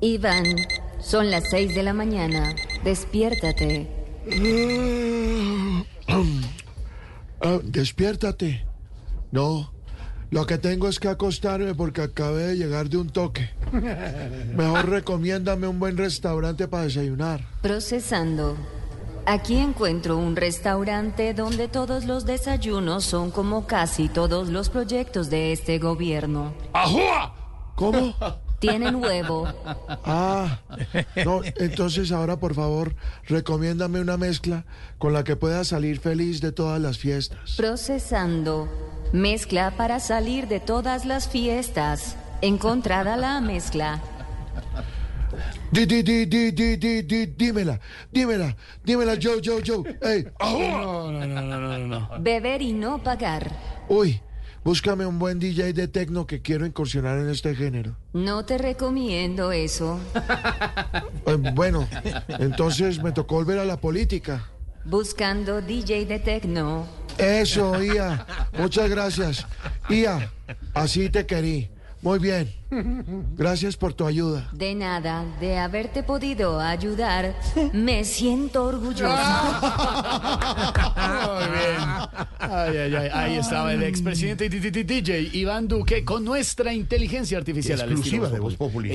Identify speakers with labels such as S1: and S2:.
S1: Iván, son las seis de la mañana. Despiértate.
S2: Ah, despiértate. No, lo que tengo es que acostarme porque acabé de llegar de un toque. Mejor recomiéndame un buen restaurante para desayunar.
S1: Procesando. Aquí encuentro un restaurante donde todos los desayunos son como casi todos los proyectos de este gobierno.
S2: ¡Ajúa! ¿Cómo?
S1: Tienen huevo,
S2: Ah, no, entonces ahora por favor, recomiéndame una mezcla con la que pueda salir feliz de todas las fiestas.
S1: procesando, mezcla para salir de todas las fiestas. Encontrada la mezcla.
S2: Di, di, di, di, di, di, di, dímela, dímela, dímela, yo, yo, yo. Ey, ah, ¡ajúa!
S3: No, no, no, no, no, no, no.
S1: Beber y no pagar.
S2: Uy, búscame un buen DJ de tecno que quiero incursionar en este género.
S1: No te recomiendo eso.
S2: Eh, bueno, entonces me tocó volver a la política.
S1: Buscando DJ de Tecno.
S2: Eso, Ia. Muchas gracias. Ia, así te querí. Muy bien. Gracias por tu ayuda.
S1: De nada, de haberte podido ayudar, me siento orgullosa.
S3: Muy bien. Ay, ay, ay. Ahí estaba el expresidente y DJ Iván Duque con nuestra inteligencia artificial. al estilo
S4: Exclusiva de Voz Populi.